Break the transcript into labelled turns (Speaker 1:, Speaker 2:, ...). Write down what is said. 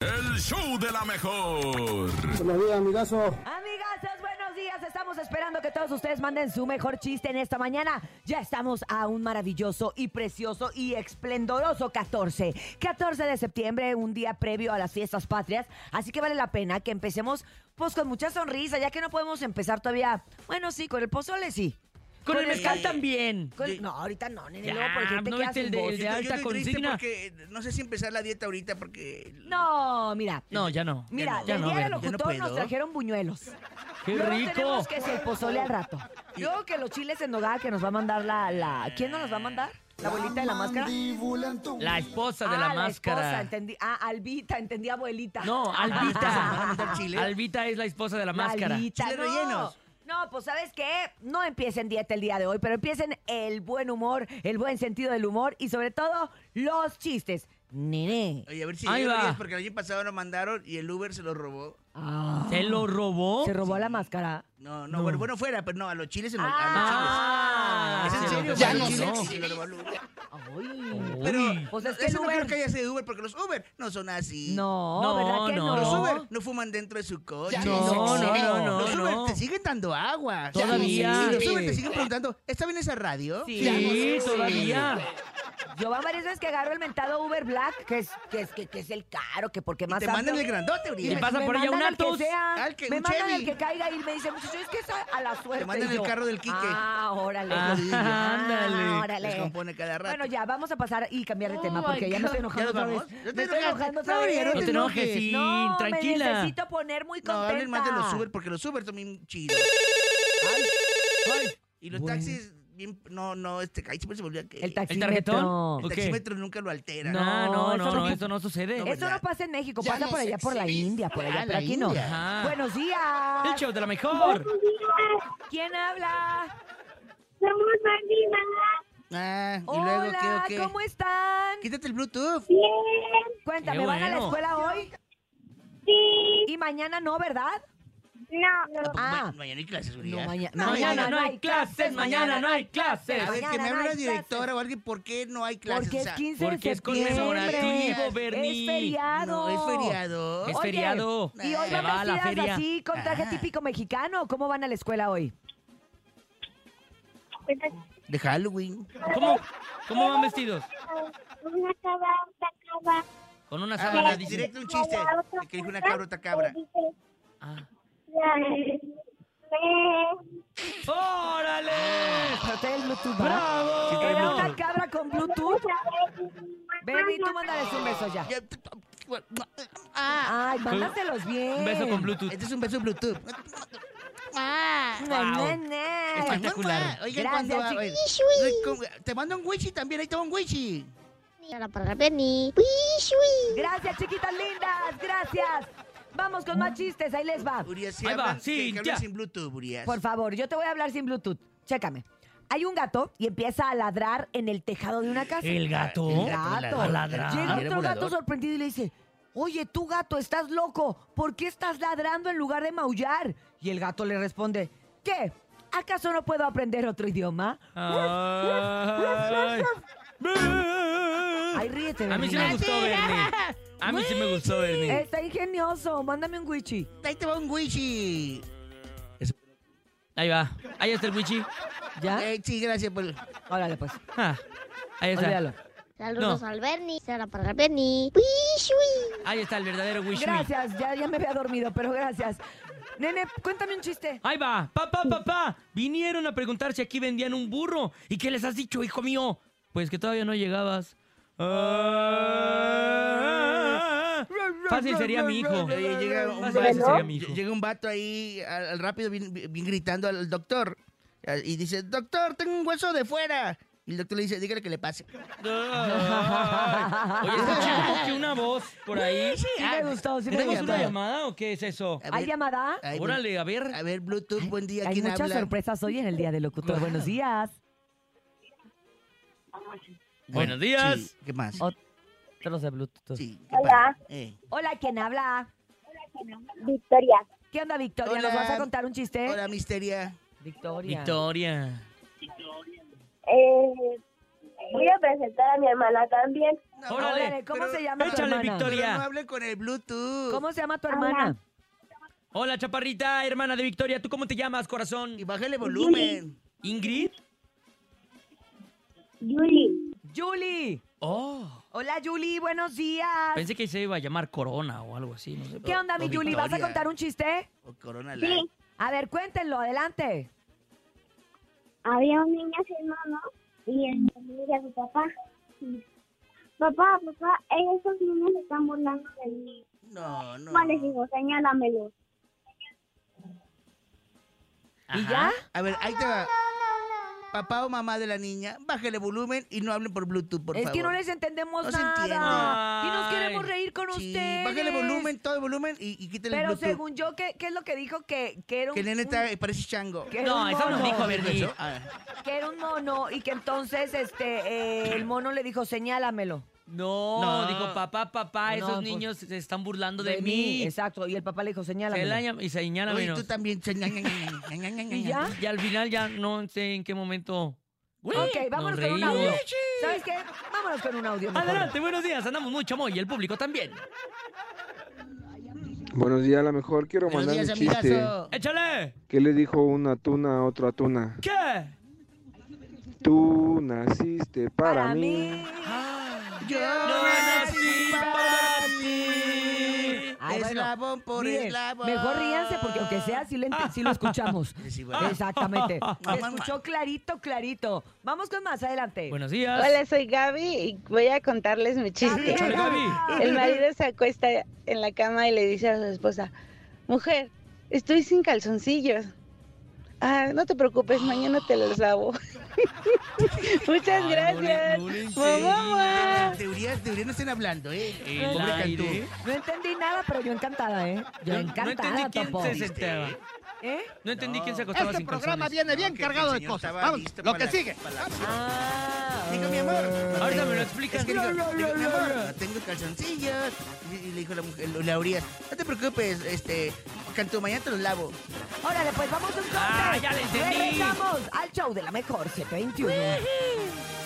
Speaker 1: el show de la mejor.
Speaker 2: Buenos días, amigazo.
Speaker 3: Amigazos, buenos días. Estamos esperando que todos ustedes manden su mejor chiste en esta mañana. Ya estamos a un maravilloso y precioso y esplendoroso 14. 14 de septiembre, un día previo a las fiestas patrias. Así que vale la pena que empecemos pues con mucha sonrisa, ya que no podemos empezar todavía. Bueno, sí, con el pozole sí.
Speaker 4: Con el mezcal también.
Speaker 3: Con-
Speaker 5: Yo-
Speaker 3: no, ahorita no, nene,
Speaker 4: Ya,
Speaker 3: luego porque te
Speaker 4: no
Speaker 3: quedas
Speaker 4: viste el
Speaker 3: sin
Speaker 4: de-
Speaker 3: voz.
Speaker 4: el de- Ya,
Speaker 5: Yo
Speaker 4: esta
Speaker 5: estoy triste
Speaker 4: consigna.
Speaker 5: porque no sé si empezar la dieta ahorita porque...
Speaker 3: No, mira.
Speaker 4: No, ya no.
Speaker 3: Mira,
Speaker 4: ya
Speaker 3: del
Speaker 4: no,
Speaker 3: día del
Speaker 4: Vero.
Speaker 5: ya no
Speaker 3: locutor nos
Speaker 5: puedo.
Speaker 3: trajeron buñuelos.
Speaker 4: ¡Qué
Speaker 3: Luego
Speaker 4: rico!
Speaker 3: tenemos que si el pozole al rato. Luego que los chiles en nogada que nos va a mandar la... la ¿Quién nos los va a mandar? ¿La abuelita de la máscara?
Speaker 4: La esposa de la
Speaker 3: ah,
Speaker 4: máscara.
Speaker 3: esposa, entendí. Ah, Albita, entendí abuelita.
Speaker 4: No,
Speaker 5: Ah.
Speaker 4: Albita.
Speaker 5: ¿Mandar chile?
Speaker 4: Albita es la esposa de la máscara.
Speaker 3: Albita,
Speaker 5: Chiles
Speaker 3: no.
Speaker 5: rellenos.
Speaker 3: No, pues ¿sabes qué? No empiecen dieta el día de hoy, pero empiecen el buen humor, el buen sentido del humor y sobre todo los chistes. Nene.
Speaker 5: Oye, a ver si
Speaker 4: Ahí
Speaker 5: yo lo
Speaker 4: va.
Speaker 5: digo, porque el año pasado nos mandaron y el Uber se lo robó.
Speaker 3: Ah.
Speaker 4: ¿Se lo robó?
Speaker 3: ¿Se robó la máscara?
Speaker 5: No, no, bueno, bueno fuera, pero no, a los chiles se lo a
Speaker 3: Ah.
Speaker 5: los chiles. ¿Es en
Speaker 4: se lo robó.
Speaker 5: serio? A los
Speaker 4: Ya no
Speaker 5: chiles
Speaker 4: sé.
Speaker 5: se lo robó al Uber.
Speaker 3: Ay.
Speaker 4: Uy.
Speaker 5: Pero
Speaker 3: Pues
Speaker 5: pues
Speaker 3: es que el
Speaker 5: eso no
Speaker 3: Uber-
Speaker 5: creo que haya sido Uber, porque los Uber no son así.
Speaker 3: No,
Speaker 4: No,
Speaker 3: ¿verdad que no?
Speaker 4: no,
Speaker 5: Los
Speaker 4: no.
Speaker 5: Uber no fuman dentro de su coche.
Speaker 4: No, no, no, no,
Speaker 5: Los Uber
Speaker 4: no.
Speaker 5: te siguen dando agua.
Speaker 4: Todavía.
Speaker 5: Y los Uber te siguen preguntando, ¿está bien esa radio?
Speaker 4: Sí, todavía.
Speaker 3: Yo va varias veces que agarro el mentado Uber Black, que es, que es, que, que es el caro, que porque más
Speaker 5: Te
Speaker 3: alto.
Speaker 5: mandan el grandote,
Speaker 3: Y
Speaker 4: Te
Speaker 5: Uriel.
Speaker 3: me-
Speaker 4: pasa
Speaker 3: me
Speaker 4: por allá un
Speaker 3: mandan al que
Speaker 4: Altos.
Speaker 3: sea,
Speaker 5: Al que-
Speaker 3: me
Speaker 5: un
Speaker 3: mandan
Speaker 5: Chevy.
Speaker 3: al que caiga y me dicen, muchachos, es que es a, a la suerte.
Speaker 5: mandan
Speaker 3: Y yo,
Speaker 5: el carro del Quique.
Speaker 3: Ah, órale.
Speaker 4: Ah,
Speaker 3: jodido. Ah,
Speaker 4: ándale.
Speaker 3: órale.
Speaker 5: Les compone cada rato.
Speaker 3: Bueno, ya, vamos a pasar y cambiar de tema, porque ya me estoy enojando
Speaker 5: ¿Ya nos
Speaker 3: otra vez.
Speaker 5: vamos? ¿Ya te
Speaker 3: Me estoy
Speaker 5: enojaste?
Speaker 3: enojando otra
Speaker 5: No,
Speaker 3: vez.
Speaker 5: Uriel, no te
Speaker 4: No te enojes, enojes. sí,
Speaker 3: No, me
Speaker 4: tranquila.
Speaker 3: necesito poner muy
Speaker 5: No,
Speaker 3: contenta.
Speaker 5: hablen más de los Uber, porque los Uber son bien chidos.
Speaker 3: Ay, ay.
Speaker 5: Y los
Speaker 3: Bueno.
Speaker 5: taxis, bien, no, no, este, ahí siempre se volvió a que...
Speaker 3: El taxímetro.
Speaker 4: tarjetón?
Speaker 5: el
Speaker 4: ¿o qué?
Speaker 5: taxímetro nunca lo altera.
Speaker 4: No,
Speaker 3: No,
Speaker 4: no,
Speaker 3: eso
Speaker 4: no,
Speaker 3: no-
Speaker 4: no, eso no sucede.
Speaker 5: No,
Speaker 3: Eso
Speaker 5: ¿verdad?
Speaker 3: no pasa en México,
Speaker 6: Ya
Speaker 3: pasa
Speaker 6: no
Speaker 3: por allá
Speaker 6: se
Speaker 3: por la
Speaker 6: exhibiste.
Speaker 3: India, por allá,
Speaker 5: Ah,
Speaker 3: pero
Speaker 5: la
Speaker 3: aquí no.
Speaker 5: India.
Speaker 4: Ajá.
Speaker 3: Buenos
Speaker 4: El
Speaker 3: días.
Speaker 4: show de la mejor.
Speaker 3: ¿Quién habla?
Speaker 7: Somos Marina.
Speaker 5: Ah, y luego, ¿qué o
Speaker 3: Hola,
Speaker 5: qué?
Speaker 3: ¿cómo están?
Speaker 5: Quítate el Bluetooth. Ah,
Speaker 7: Bien.
Speaker 3: Cuéntame,
Speaker 4: Qué
Speaker 3: ¿van a la
Speaker 4: bueno.
Speaker 3: escuela hoy?
Speaker 7: Sí.
Speaker 3: Y mañana no, ¿verdad?
Speaker 7: No.
Speaker 5: Pues,
Speaker 3: Ah.
Speaker 5: ma- mañana hay clases, Uriel.
Speaker 3: No, maña-
Speaker 5: No,
Speaker 3: mañana
Speaker 4: Mañana no hay clases, mañana no hay clases.
Speaker 5: A ver, que
Speaker 3: mañana
Speaker 5: me
Speaker 3: no
Speaker 5: hable
Speaker 3: hay
Speaker 5: una directora
Speaker 3: clases.
Speaker 5: o alguien, ¿por qué no hay clases?
Speaker 3: Porque
Speaker 5: O
Speaker 3: es
Speaker 5: sea,
Speaker 3: 15 de
Speaker 4: porque es
Speaker 3: septiembre.
Speaker 4: conmemorativo, Bernie.
Speaker 3: Es feriado.
Speaker 5: No, es feriado.
Speaker 4: Es
Speaker 3: Oye,
Speaker 4: feriado.
Speaker 3: Y hoy
Speaker 4: Se
Speaker 3: van
Speaker 4: va a la
Speaker 3: vestidas
Speaker 4: feria.
Speaker 3: así con traje
Speaker 5: Ah.
Speaker 3: típico mexicano. ¿Cómo van a la escuela hoy?
Speaker 2: pues,
Speaker 5: De Halloween.
Speaker 4: ¿Cómo, ¿Cómo van vestidos?
Speaker 7: Una cabra, otra cabra.
Speaker 4: Con una
Speaker 5: Ah,
Speaker 4: sábana, dice.
Speaker 5: directo un chiste. de Que dijo una cabra, otra cabra.
Speaker 4: Ah.
Speaker 3: Ah,
Speaker 2: eh,
Speaker 4: ¡Órale!
Speaker 3: pero trae el Bluetooth, ¿verdad?
Speaker 4: ¡Bravo!
Speaker 3: ¿Era una cabra con Bluetooth? Bernie, tú mándales un beso ya.
Speaker 5: Ya- Ah,
Speaker 3: Ay, mándaselos bien.
Speaker 4: Un beso con Bluetooth.
Speaker 5: este es un beso Bluetooth.
Speaker 3: Na, na,
Speaker 4: Wow.
Speaker 3: na.
Speaker 4: Espectacular.
Speaker 5: Oigan,
Speaker 3: Ah, Gracias,
Speaker 5: cuando...
Speaker 3: chiqui-
Speaker 5: oye, Te mando un wishi también, ahí te va un wishi.
Speaker 7: La palabra Benny. Uy,
Speaker 3: Gracias, chiquitas lindas. Gracias. Vamos con más chistes. Ahí les va.
Speaker 5: Urias, si
Speaker 4: Ahí va,
Speaker 5: hablan, que- que
Speaker 4: Cintia.
Speaker 5: hablan sin Bluetooth, Urias.
Speaker 3: Por favor, yo te voy a hablar sin Bluetooth. Chécame. Hay un gato y empieza a ladrar en el tejado de una casa.
Speaker 4: El gato.
Speaker 5: El
Speaker 3: Ah, gato.
Speaker 4: A ladrar.
Speaker 3: Llega
Speaker 5: Era
Speaker 3: otro gato
Speaker 5: volador.
Speaker 3: sorprendido y le dice, oye, tú gato, estás loco, ¿por qué estás ladrando en lugar de maullar? Y el gato le responde, ¿qué? ¿Acaso no puedo aprender otro idioma?
Speaker 4: Ay.
Speaker 3: Ay, ríete,
Speaker 4: A mí sí me
Speaker 3: Bernie.
Speaker 4: gustó, Bernie. A mí sí me gustó, Bernie.
Speaker 3: Está ingenioso, mándame un wichi.
Speaker 5: Ahí te va un wishi.
Speaker 4: Ahí va. Ahí está el wichi.
Speaker 3: ¿Ya?
Speaker 5: Eh, sí, gracias por...
Speaker 3: Órale, pues,
Speaker 4: Ah, Ahí está.
Speaker 3: olvídalo.
Speaker 7: Saludos al Bernie. Sea la palabra Benny. Uy, uy.
Speaker 4: Ahí está el verdadero wichi.
Speaker 3: Gracias, ya, ya me había dormido, pero gracias. Nene, cuéntame un chiste.
Speaker 4: Ahí va. Papá, papá. Vinieron a preguntar si aquí vendían un burro. ¿Y qué les has dicho, hijo mío? Pues que todavía no llegabas. Ah. Fácil sería mi hijo.
Speaker 5: Oye, llega un,
Speaker 4: Fácil ese
Speaker 5: vato,
Speaker 4: sería mi hijo.
Speaker 5: llega un vato ahí al, al rápido, bien, bien gritando al doctor. eh, Y dice, doctor, tengo un hueso de fuera. Y el doctor le dice, dígale que le pase.
Speaker 4: Ay. Oye, escuché como que una voz por ahí.
Speaker 3: Sí
Speaker 5: ah,
Speaker 3: me gustó, sí me
Speaker 4: ¿Tenemos
Speaker 3: gustó.
Speaker 4: una llamada o qué es eso?
Speaker 5: A
Speaker 3: ¿Hay
Speaker 5: ver,
Speaker 3: llamada?
Speaker 5: a ver,
Speaker 4: Órale, a
Speaker 5: A
Speaker 4: ver.
Speaker 5: ver, Bluetooth, buen día,
Speaker 3: Hay
Speaker 5: ¿quién
Speaker 3: muchas
Speaker 5: habla?
Speaker 3: sorpresas hoy en el Día del Locutor. Buenos días.
Speaker 4: Buenos días.
Speaker 5: Sí, ¿Qué más?
Speaker 3: Ot- Otros de Bluetooth.
Speaker 5: Sí, ¿qué
Speaker 7: Hola.
Speaker 5: pasa? Eh,
Speaker 3: Hola, ¿quién habla?
Speaker 7: Victoria.
Speaker 3: ¿Qué onda, Victoria? ¿Nos
Speaker 5: Hola.
Speaker 3: vas a contar un chiste?
Speaker 5: Hola, Misteria.
Speaker 3: Victoria.
Speaker 4: Victoria.
Speaker 7: Eh,
Speaker 2: Voy a presentar a mi hermana también.
Speaker 4: Órale,
Speaker 3: Órale, ¿cómo
Speaker 5: pero-
Speaker 3: se llama tu
Speaker 4: échale,
Speaker 3: hermana?
Speaker 4: Victoria.
Speaker 5: Pero no hable con el Bluetooth.
Speaker 3: ¿Cómo se llama tu hermana?
Speaker 4: Hola, chaparrita, hermana de Victoria. ¿Tú cómo te llamas, corazón?
Speaker 5: Y bájale volumen.
Speaker 4: ¿Ingrid?
Speaker 2: Yuri.
Speaker 3: Julie.
Speaker 4: Oh,
Speaker 3: Hola, Julie, buenos días.
Speaker 4: pensé que se iba a llamar Corona o algo así. No sé.
Speaker 3: ¿Qué onda, mi
Speaker 5: Pues, Oh,
Speaker 3: Julie? ¿Vas a
Speaker 5: Victoria.
Speaker 3: contar un chiste?
Speaker 5: O Oh, Corona
Speaker 2: Sí.
Speaker 5: Light.
Speaker 3: A ver, cuéntenlo, adelante.
Speaker 2: Había un niño sin mamá y él le dice a su papá. Papá, papá, esos niños se están burlando de mí.
Speaker 5: No, no.
Speaker 2: ¿Cuál les digo? Señálamelo.
Speaker 3: ¿Y ya?
Speaker 5: A ver, ahí te va. Papá o mamá de la niña, bájale volumen y no hablen por Bluetooth, por
Speaker 3: es
Speaker 5: favor.
Speaker 3: que no les entendemos
Speaker 5: No se
Speaker 3: nada.
Speaker 4: entiende.
Speaker 3: Y nos
Speaker 4: Ay.
Speaker 3: queremos reír con
Speaker 5: Sí,
Speaker 3: ustedes.
Speaker 5: bájale volumen, todo el volumen y, y quítale el
Speaker 3: Pero
Speaker 5: Bluetooth.
Speaker 3: según yo, ¿qué, qué es lo que dijo? Que, que era un,
Speaker 5: Que el nene
Speaker 3: un-
Speaker 5: está, parece chango.
Speaker 3: que era
Speaker 4: No,
Speaker 3: un
Speaker 4: eso nos
Speaker 3: mono.
Speaker 4: dijo Bernie.
Speaker 5: ¿Eso? Ah,
Speaker 3: Que era un mono y que entonces este eh, el mono le dijo, señálamelo.
Speaker 4: No,
Speaker 5: No.
Speaker 4: dijo papá, papá,
Speaker 3: No,
Speaker 4: esos
Speaker 3: pues,
Speaker 4: niños se están burlando de,
Speaker 3: De
Speaker 4: mí.
Speaker 3: Exacto. Y el papá le dijo,
Speaker 4: Se la
Speaker 3: señálamelo.
Speaker 4: llama- y se señala
Speaker 5: Oye,
Speaker 4: menos.
Speaker 5: tú también.
Speaker 3: ¿Y ya?
Speaker 4: Y al final ya no sé en qué momento.
Speaker 3: Ok,
Speaker 4: nos
Speaker 3: vámonos con un
Speaker 4: reímos.
Speaker 3: audio. ¿Sabes qué? Vámonos con un audio. mejor.
Speaker 4: Adelante, buenos días. Andamos muy chamoy y el público también.
Speaker 6: Buenos días, a lo mejor quiero
Speaker 5: Buenos
Speaker 6: mandar
Speaker 5: días,
Speaker 6: un chiste.
Speaker 5: amigazo.
Speaker 4: ¡Échale!
Speaker 6: ¿Qué le dijo una tuna a otra tuna?
Speaker 4: ¿Qué?
Speaker 6: Tú naciste para,
Speaker 3: Para
Speaker 6: mí.
Speaker 3: mí.
Speaker 5: Yo
Speaker 4: No nací
Speaker 5: nací
Speaker 4: para
Speaker 5: para
Speaker 4: ti.
Speaker 5: ti.
Speaker 3: Ay, bueno,
Speaker 5: Eslabón por
Speaker 3: miren,
Speaker 5: eslabón.
Speaker 3: Mejor ríanse porque aunque sea, sí, le ent- sí lo escuchamos.
Speaker 5: Sí, ¿verdad?
Speaker 3: Exactamente. Se
Speaker 5: Mamá,
Speaker 3: escuchó clarito, clarito. Vamos con más, adelante.
Speaker 4: Buenos días.
Speaker 8: Hola, soy Gaby y voy a contarles mi chiste.
Speaker 4: Échale, Gaby.
Speaker 8: El marido se acuesta en la cama y le dice a su esposa, mujer, estoy sin calzoncillos. Ah, no te preocupes, mañana te los lavo. Muchas
Speaker 4: Ay, no le-
Speaker 8: gracias.
Speaker 4: no le entendí.
Speaker 8: Mamá.
Speaker 5: Teorías, teorías no estén hablando, ¿eh?
Speaker 4: El
Speaker 5: Pobre
Speaker 4: aire.
Speaker 3: No entendí nada, pero yo encantada, ¿eh? Yo
Speaker 4: No- no
Speaker 3: encantada,
Speaker 4: entendí quién
Speaker 3: Topo.
Speaker 4: se sentaba.
Speaker 3: ¿Eh?
Speaker 4: No entendí quién se acostaba sin calzones.
Speaker 5: viene bien cargado de cosas. Vamos, lo que sigue.
Speaker 3: Ah,
Speaker 5: Dijo mi amor. eh,
Speaker 4: Ahorita me lo explicas.
Speaker 5: Es que dijo, dijo, mi amor, no tengo calzoncillos. Y y le dijo la mujer, la orillas, no te preocupes, este, canto, mañana te los lavo.
Speaker 3: Órale, pues vamos a un corte.
Speaker 4: Ah, ya le entendí.
Speaker 3: Regresamos al show de la mejor 721.